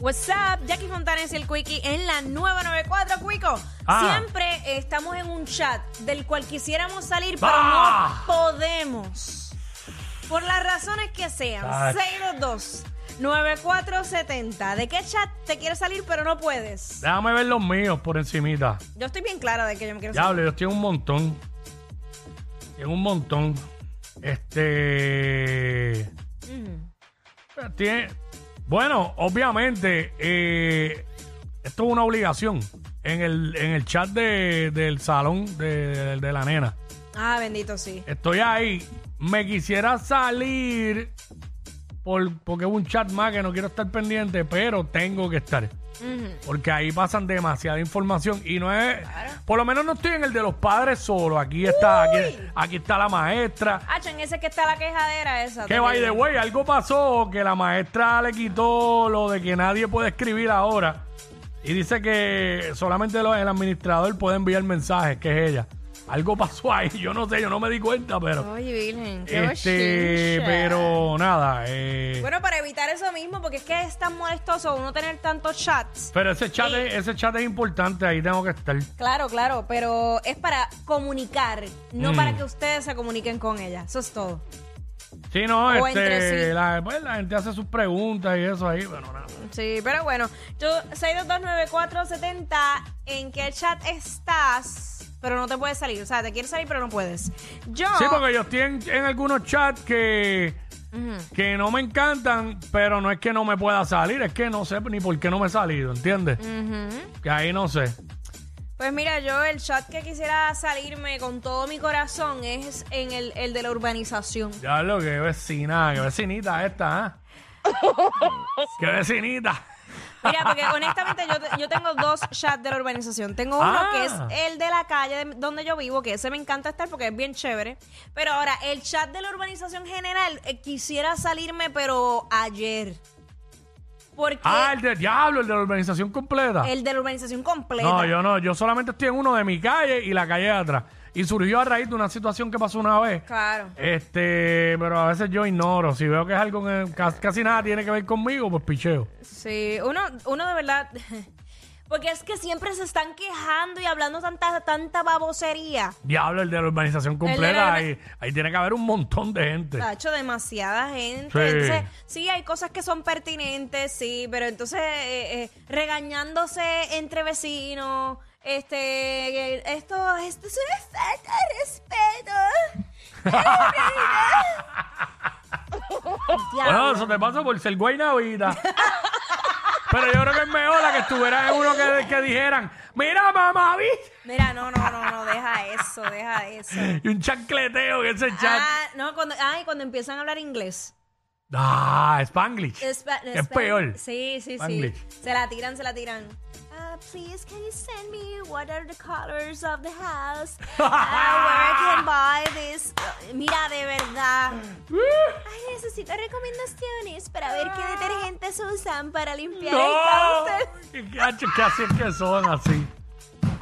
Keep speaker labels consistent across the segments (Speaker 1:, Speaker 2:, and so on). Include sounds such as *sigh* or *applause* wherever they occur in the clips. Speaker 1: What's up, Jackie Fontanes y el Quickie en la 994, Cuico.
Speaker 2: Ah.
Speaker 1: Siempre estamos en un chat del cual quisiéramos salir, pero
Speaker 2: Bah.
Speaker 1: no podemos. Por las razones que sean.
Speaker 2: Ach.
Speaker 1: 622 9470. ¿De qué chat te quieres salir, pero no puedes?
Speaker 2: Déjame ver los míos por encimita.
Speaker 1: Yo estoy bien clara de que yo me quiero salir.
Speaker 2: Diablo, yo estoy en un montón. En un montón. Este. Tiene- Bueno, obviamente, eh, esto es una obligación. En el, en el chat de- del salón de, de la nena.
Speaker 1: Ah, bendito, sí.
Speaker 2: Estoy ahí. Me quisiera salir por, porque hubo un chat más que no quiero estar pendiente, pero tengo que estar.
Speaker 1: Ujú.
Speaker 2: Porque ahí pasan demasiada información y no es. Por lo menos no estoy en el de los padres solo. Aquí está, aquí, aquí está la maestra.
Speaker 1: Hacho, en ese que está la quejadera esa.
Speaker 2: Que
Speaker 1: terrible.
Speaker 2: by the way, algo pasó que la maestra le quitó lo de que nadie puede escribir ahora. Y dice que solamente lo- el administrador puede enviar mensajes, que es ella. Algo pasó ahí, *laughs* yo no sé, yo no me di cuenta, pero.
Speaker 1: Ay, Virgen. Oh, qué
Speaker 2: este,
Speaker 1: bochincha.
Speaker 2: pero nada. eh,
Speaker 1: Bueno, para evitar eso mismo, porque es que es tan molestoso uno tener tantos chats.
Speaker 2: pero ese chat, es, ese chat es importante, ahí tengo que estar.
Speaker 1: Claro, claro, pero es para comunicar,
Speaker 2: Mm.
Speaker 1: no para que ustedes se comuniquen con ella. Eso es todo.
Speaker 2: Sí, no,
Speaker 1: O entre
Speaker 2: este,
Speaker 1: sí.
Speaker 2: la, pues, la gente hace sus preguntas y eso ahí, bueno, nada.
Speaker 1: Sí, pero bueno, yo 6229470, ¿en qué chat estás? Pero no te puedes salir, o sea, te quieres salir pero no puedes. Yo
Speaker 2: Sí, porque yo estoy en, en algunos chats que, que no me encantan, pero no es que no me pueda salir, es que no sé ni por qué no me he salido, ¿entiendes?
Speaker 1: Mm.
Speaker 2: Que ahí no sé.
Speaker 1: Pues mira, yo el chat que quisiera salirme con todo mi corazón es en el, el de la urbanización.
Speaker 2: Ya lo que vecina, que vecinita
Speaker 1: *laughs*
Speaker 2: esta, ¿ah? qué vecinita.
Speaker 1: Mira, porque honestamente yo, te- yo tengo dos chats de la urbanización. Tengo uno
Speaker 2: Ah.
Speaker 1: que es el de la calle de- donde yo vivo, que ese me encanta estar porque es bien chévere. Pero ahora, el chat de la urbanización general, eh, quisiera salirme, pero ayer. Porque
Speaker 2: Ah, el de diablo, el de la urbanización completa.
Speaker 1: el de la urbanización completa.
Speaker 2: No, yo no, yo solamente estoy en uno de mi calle y la calle de atrás. Y surgió a raíz de una situación que pasó una vez.
Speaker 1: Claro.
Speaker 2: Este, pero a veces yo ignoro. Si veo que es algo que casi, casi nada tiene que ver conmigo, pues picheo.
Speaker 1: Sí, uno, uno de verdad. *laughs* Porque es que siempre se están quejando y hablando tanta, tanta babosería.
Speaker 2: Diablo, el de la urbanización
Speaker 1: El de la-
Speaker 2: completa, ahí, ahí tiene que haber un montón de gente.
Speaker 1: Ha hecho demasiada gente.
Speaker 2: Sí.
Speaker 1: Entonces, sí, hay cosas que son pertinentes, sí, pero entonces eh, eh, regañándose entre vecinos, este, eh, esto, esto es una falta de respeto. Diablo.
Speaker 2: Bueno, eso te pasa por ser güey navita. *laughs* Pero yo creo que es mejor la que estuviera en uno que, que dijeran, mira mamá, vi-".
Speaker 1: *laughs* Mira, no, no, no, no, deja eso, deja eso.
Speaker 2: Y un chancleteo en ese chat.
Speaker 1: Ah, no, cuando, ay, cuando empiezan a hablar inglés.
Speaker 2: Ah, Spanglish.
Speaker 1: Espa-
Speaker 2: Es peor.
Speaker 1: Sí, sí, sí.
Speaker 2: Spanglish.
Speaker 1: Se la tiran, se la tiran. Ah, please, can you send me what are the colors of the
Speaker 2: *laughs*
Speaker 1: house? Ah, where I can buy this. Mira, de
Speaker 2: *laughs*
Speaker 1: verdad. Ay, necesito recomendaciones para ver qué detergentes usan para limpiar
Speaker 2: ¡No!
Speaker 1: el counter.
Speaker 2: ¿Qué, hacho- qué así es que son así?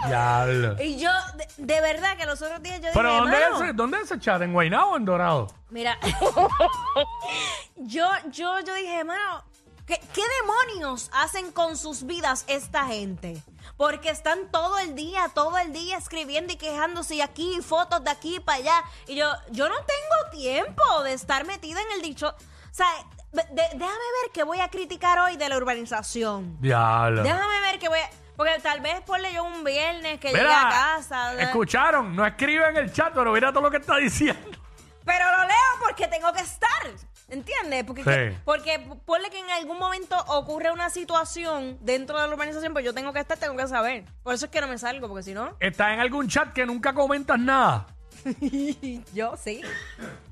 Speaker 2: Diablo.
Speaker 1: Y yo, de, de verdad, que los otros días yo
Speaker 2: ¿Pero
Speaker 1: dije,
Speaker 2: dónde es,
Speaker 1: "Mano,
Speaker 2: ese, dónde es ese chat? ¿En Guaynabo o en Dorado?
Speaker 1: Mira, *laughs* yo, yo, yo dije, mano, ¿qué, qué demonios hacen con sus vidas esta gente? Porque están todo el día, todo el día escribiendo y quejándose y aquí, fotos de aquí para allá. Y yo, yo no tengo tiempo de estar metida en el dicho. O sea, de- de- déjame ver qué voy a criticar hoy de la urbanización.
Speaker 2: Diablo.
Speaker 1: Déjame ver qué voy a... Porque tal vez ponle yo un viernes que llegue
Speaker 2: Mira,
Speaker 1: a casa. ¿no?
Speaker 2: escucharon, no escribe en el chat, pero mira todo lo que está diciendo. *laughs*
Speaker 1: Pero lo leo porque tengo que estar. ¿Entiendes? Porque,
Speaker 2: Sí.
Speaker 1: que- porque ponle que en algún momento ocurre una situación dentro de la urbanización, pues yo tengo que estar, tengo que saber. Por eso es que no me salgo, porque si no, *laughs*
Speaker 2: Está en algún chat que nunca comentas nada.
Speaker 1: yo sí.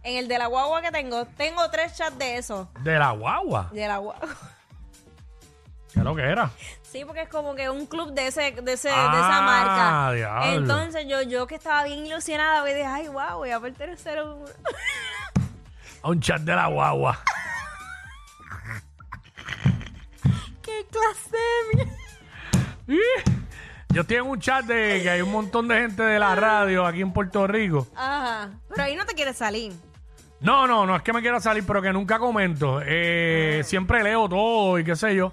Speaker 1: En el de la guagua que tengo, tengo tres chats de eso.
Speaker 2: De la guagua.
Speaker 1: De la guagua. *laughs*
Speaker 2: ¿Qué es lo que era?
Speaker 1: Sí, porque es como que un club de ese, de ese, de esa
Speaker 2: Ah,
Speaker 1: marca.
Speaker 2: diablo.
Speaker 1: Entonces yo, yo que estaba bien ilusionada, voy dije, ay, guau, voy a pertenecer a un- *laughs*
Speaker 2: Un chat de la guagua.
Speaker 1: ¡Qué clase de mierda!
Speaker 2: Yo estoy en un chat de que hay un montón de gente de la radio aquí en Puerto Rico.
Speaker 1: Ajá. Pero ahí no te quieres salir.
Speaker 2: No, no, no es que me quiera salir, pero que nunca comento. Eh, Siempre leo todo y qué sé yo.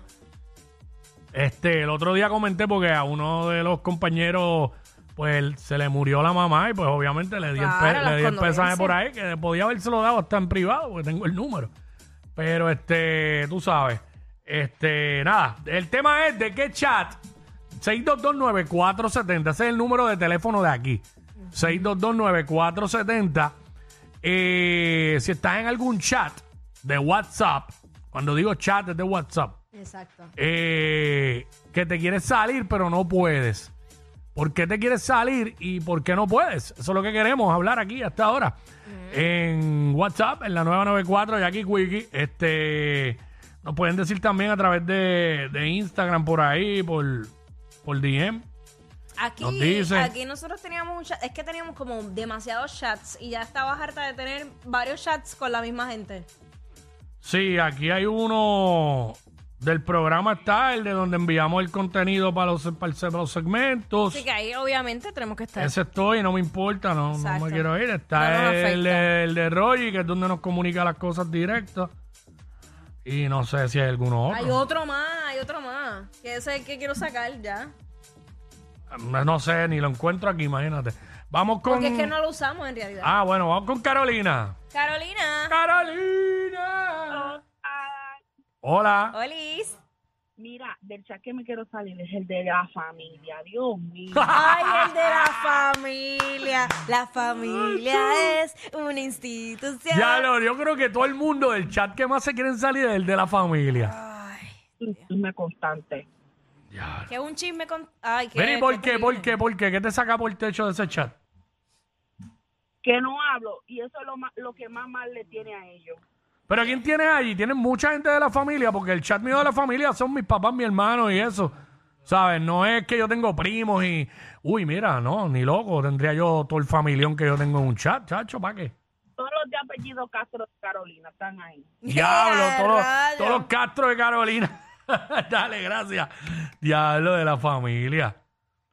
Speaker 2: Este, el otro día comenté porque a uno de los compañeros, pues se le murió la mamá y pues obviamente le di
Speaker 1: Claro,
Speaker 2: el, pe-
Speaker 1: las
Speaker 2: le di el
Speaker 1: condolencias.
Speaker 2: pesaje por ahí, que podía habérselo dado hasta en privado, porque tengo el número. Pero este, tú sabes, este, nada, el tema es de qué chat 6229470, ese es el número de teléfono de aquí. 6229470. Eh, si estás en algún chat de WhatsApp, cuando digo chat es de WhatsApp,
Speaker 1: Exacto.
Speaker 2: eh, que te quieres salir pero no puedes. ¿Por qué te quieres salir y por qué no puedes? Eso es lo que queremos hablar aquí hasta ahora. En WhatsApp, en la 994, Jackie Quickie. Este, nos pueden decir también a través de, de Instagram por ahí, por, por DM.
Speaker 1: Aquí,
Speaker 2: Nos dice.
Speaker 1: aquí nosotros teníamos un chat, es que teníamos como demasiados chats y ya estaba harta de tener varios chats con la misma gente.
Speaker 2: Sí, aquí hay uno del programa está el de donde enviamos el contenido para los, para el- para los segmentos.
Speaker 1: Así que ahí obviamente tenemos que estar.
Speaker 2: Ese estoy, no me importa, no, no
Speaker 1: Exacto.
Speaker 2: me quiero ir.
Speaker 1: No
Speaker 2: Está
Speaker 1: nos
Speaker 2: el,
Speaker 1: afecta.
Speaker 2: de- el de Roger, que es donde nos comunica las cosas directas. Y no sé si hay alguno otro.
Speaker 1: Hay otro más, hay otro más. Que ese es el que quiero sacar ya.
Speaker 2: No- No sé, ni lo encuentro aquí, imagínate. Vamos con.
Speaker 1: Porque es que no lo usamos en realidad.
Speaker 2: Ah, bueno, vamos con Carolina.
Speaker 1: Carolina.
Speaker 2: ¡Carolina! Hola.
Speaker 1: Olis.
Speaker 3: Mira, del chat que me quiero salir es el de la familia, Dios mío.
Speaker 1: Ay, el de la familia. La familia es una institución.
Speaker 2: Ya lo, yo creo que todo el mundo del chat que más se quieren salir es el de la familia.
Speaker 1: Ay,
Speaker 3: Chisme constante.
Speaker 2: Ya.
Speaker 1: que un chisme con. Ay, que.
Speaker 2: Vení, ¿por qué? ¿Por
Speaker 1: terrible.
Speaker 2: qué? ¿Por qué? ¿Qué te saca por el techo de ese chat?
Speaker 3: Que no hablo, y eso es lo, ma- lo que más mal le tiene a ellos.
Speaker 2: Pero ¿quién tienes allí? Tienen mucha gente de la familia, porque el chat mío de la familia son mis papás, mi hermano y eso. ¿Sabes? No es que yo tengo primos y. Uy, mira, no, ni loco. Tendría yo todo el familión que yo tengo en un chat, chacho, ¿para qué?
Speaker 3: Todos los de apellido Castro de Carolina están ahí.
Speaker 1: *laughs*
Speaker 2: Diablo,
Speaker 1: Ya,
Speaker 2: todos, los-
Speaker 1: rayos.
Speaker 2: todos los castros de Carolina. *laughs* Dale, gracias. Diablo de la familia.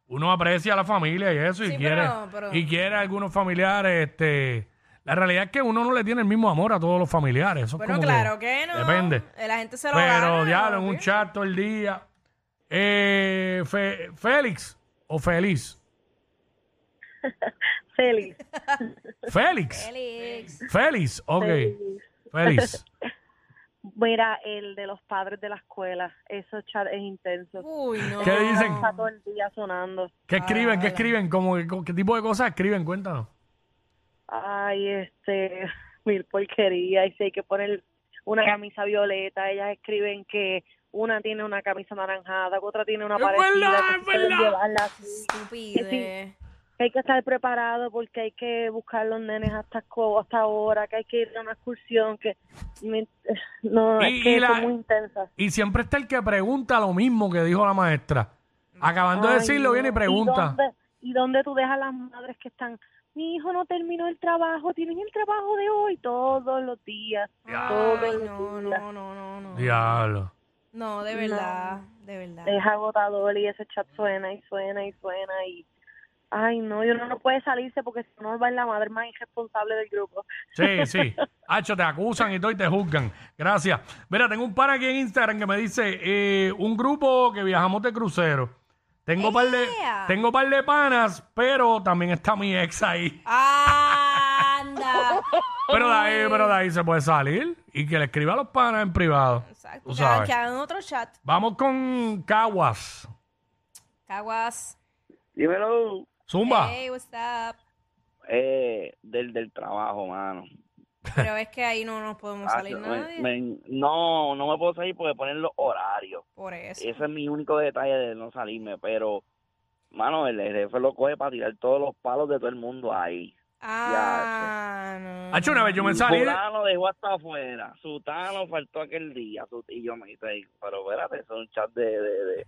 Speaker 2: Uno aprecia a la familia y eso,
Speaker 1: Sí,
Speaker 2: y quiere,
Speaker 1: pero- pero-
Speaker 2: y quiere a algunos familiares, este. La realidad es que uno no le tiene el mismo amor a todos los familiares. Eso es
Speaker 1: Bueno,
Speaker 2: como
Speaker 1: claro que no.
Speaker 2: Depende.
Speaker 1: Eh, La gente se lo
Speaker 2: Pero
Speaker 1: gana,
Speaker 2: diablo, en
Speaker 1: ¿no?
Speaker 2: un chat todo el día. Eh, Fe- Félix o Feliz.
Speaker 3: Feliz.
Speaker 2: Félix.
Speaker 1: Félix.
Speaker 2: Félix, ok. Félix.
Speaker 3: Mira, el de los padres de la escuela, esos chat es intenso.
Speaker 1: Uy, no.
Speaker 2: ¿Qué dicen?
Speaker 3: todo el día sonando.
Speaker 2: ¿Qué escriben? ¿Qué escriben? ¿Cómo, qué, qué tipo de cosas escriben? Cuéntanos.
Speaker 3: Ay, este, *laughs* mil porquerías. Y si hay que poner una camisa violeta, ellas escriben que una tiene una camisa anaranjada, que otra tiene una
Speaker 2: Es
Speaker 3: parecida.
Speaker 2: verdad,
Speaker 3: que
Speaker 2: es
Speaker 3: pueden
Speaker 2: verdad.
Speaker 3: llevarla así.
Speaker 1: Estupidez.
Speaker 3: Que hay que estar preparado porque hay que buscar los nenes hasta, co- hasta ahora, que hay que ir a una excursión, que... me- *sighs* no,
Speaker 2: Y-
Speaker 3: es que
Speaker 2: y la-
Speaker 3: son muy intensas.
Speaker 2: Y siempre está el que pregunta lo mismo que dijo la maestra. Acabando de
Speaker 3: Ay,
Speaker 2: decirlo,
Speaker 3: no.
Speaker 2: viene y pregunta.
Speaker 3: dónde, y dónde tú dejas las madres que están? Mi hijo no terminó el trabajo, tienen el trabajo de hoy todos los días.
Speaker 1: Ay,
Speaker 3: Todos los
Speaker 1: no,
Speaker 3: días.
Speaker 1: no, no, no, no.
Speaker 2: Diablo.
Speaker 1: No, de verdad, de verdad.
Speaker 3: Es agotador y ese chat suena y suena y suena y... Ay, no, y uno no puede salirse porque si no va en la madre más irresponsable del grupo.
Speaker 2: Sí, sí. Hacho, te acusan y todo y te juzgan. Gracias. Mira, tengo un pana aquí en Instagram que me dice, eh, un grupo que viajamos de crucero. Tengo par de,
Speaker 1: ¡Ea!
Speaker 2: tengo par de panas, pero también está mi ex ahí.
Speaker 1: Anda.
Speaker 2: Pero de ahí, pero de ahí se puede salir y que le escriba a los panas en privado.
Speaker 1: Exacto.
Speaker 2: Tú
Speaker 1: Que, hagan-
Speaker 2: sabes.
Speaker 1: que hagan otro chat.
Speaker 2: Vamos con Caguas.
Speaker 1: Caguas.
Speaker 4: Dímelo,
Speaker 2: Zumba.
Speaker 1: Hey, what's up?
Speaker 4: eh, del, del trabajo, mano.
Speaker 1: Pero es que ahí no nos podemos
Speaker 4: Ah,
Speaker 1: salir
Speaker 4: me-
Speaker 1: nadie.
Speaker 4: me- no, no me puedo salir porque poner los horarios.
Speaker 1: Por eso.
Speaker 4: Ese es mi único detalle de no salirme, pero, mano, el jefe lo coge para tirar todos los palos de todo el mundo ahí.
Speaker 1: Ah,
Speaker 4: pues.
Speaker 1: no.
Speaker 2: Hacho, una vez yo me salí.
Speaker 4: Fulano dejó hasta afuera, Sutano faltó aquel día, Su- y yo me quité, pero espérate, ¿eso es un chat de, de, de-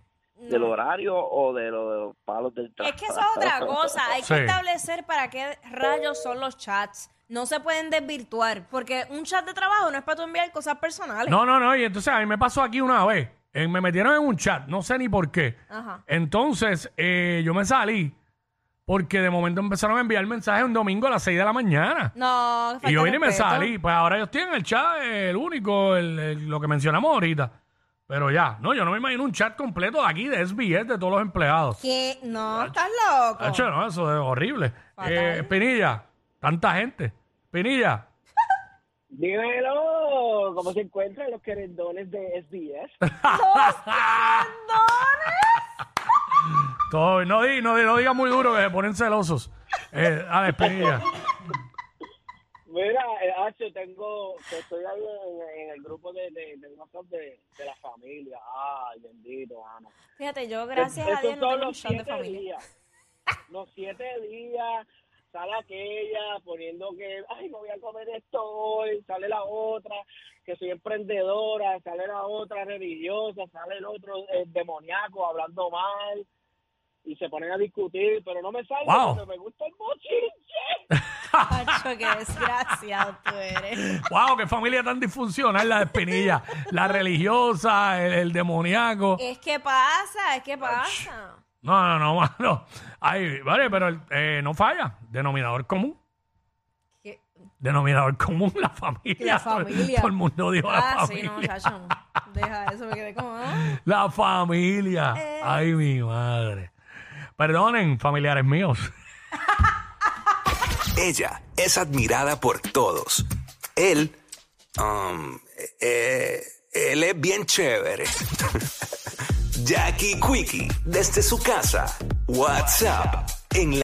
Speaker 4: del
Speaker 1: No.
Speaker 4: horario o de, lo- de los palos del
Speaker 1: Es
Speaker 4: trabajo.
Speaker 1: que eso es
Speaker 4: *laughs*
Speaker 1: otra cosa. Hay que
Speaker 2: Sí.
Speaker 1: establecer para qué rayos son los chats. No se pueden desvirtuar. Porque un chat de trabajo no es para tú enviar cosas personales.
Speaker 2: No, no, no. Y entonces a mí me pasó aquí una vez. Eh, me metieron en un chat, no sé ni por qué.
Speaker 1: Ajá.
Speaker 2: Entonces eh, yo me salí porque de momento empezaron a enviar mensajes un domingo a las 6 de la mañana.
Speaker 1: No, falta
Speaker 2: y yo vine y me
Speaker 1: respeto.
Speaker 2: salí. Pues ahora yo estoy en el chat, eh, el único, el- el- lo que mencionamos ahorita. Pero ya, no, yo no me imagino un chat completo de aquí, de SBS, de todos los empleados.
Speaker 1: Que no, estás loco.
Speaker 2: Hacho, Ah, no, eso es horrible.
Speaker 1: Fatal.
Speaker 2: Eh, Pinilla, tanta gente. Pinilla,
Speaker 5: *laughs* Dímelo, ¿cómo se encuentran los querendones de
Speaker 2: *laughs*
Speaker 5: SBS?
Speaker 1: Los querendones.
Speaker 2: todo, no, di- no, di- no digas muy duro que se ponen celosos. Eh, a ver, Pinilla.
Speaker 5: *laughs* Mira, eh, Hacho, tengo, que estoy ahí en, en el grupo de, de, de WhatsApp de, de la familia. Ay, bendito, Ana.
Speaker 1: Fíjate, yo gracias a
Speaker 5: Esos
Speaker 1: Dios no
Speaker 5: son
Speaker 1: tengo un
Speaker 5: los
Speaker 1: shot de
Speaker 5: siete
Speaker 1: familia. *laughs*
Speaker 5: días. Los siete días, sale aquella poniendo que, ay, no voy a comer esto hoy, sale la otra, que soy emprendedora, sale la otra religiosa, sale el otro eh, demoníaco hablando mal. Y se ponen a discutir, pero no me salgo
Speaker 2: Wow.
Speaker 5: porque me gusta el bochinche.
Speaker 1: Pacho, qué desgraciado tú
Speaker 2: *laughs*
Speaker 1: eres.
Speaker 2: ¡Wow! ¡Qué familia tan disfuncional la de Pinilla! La religiosa, el, el demoníaco.
Speaker 1: Es que pasa, es que pasa.
Speaker 2: No, no, no, *laughs* mano. Ay, vale, pero el- eh, no falla. Denominador común.
Speaker 1: Que-
Speaker 2: Denominador común, la familia.
Speaker 1: La familia.
Speaker 2: Todo, el mundo dijo la
Speaker 1: Ah, sí,
Speaker 2: familia.
Speaker 1: no, chacho. Deja eso, me quedé como. ah.
Speaker 2: La familia.
Speaker 1: Eh.
Speaker 2: Ay, mi madre. Perdonen, familiares míos.
Speaker 6: Ella es admirada por todos. Él, um, eh, él es bien chévere. *laughs* Jackie Quickie, desde su casa. WhatsApp, en la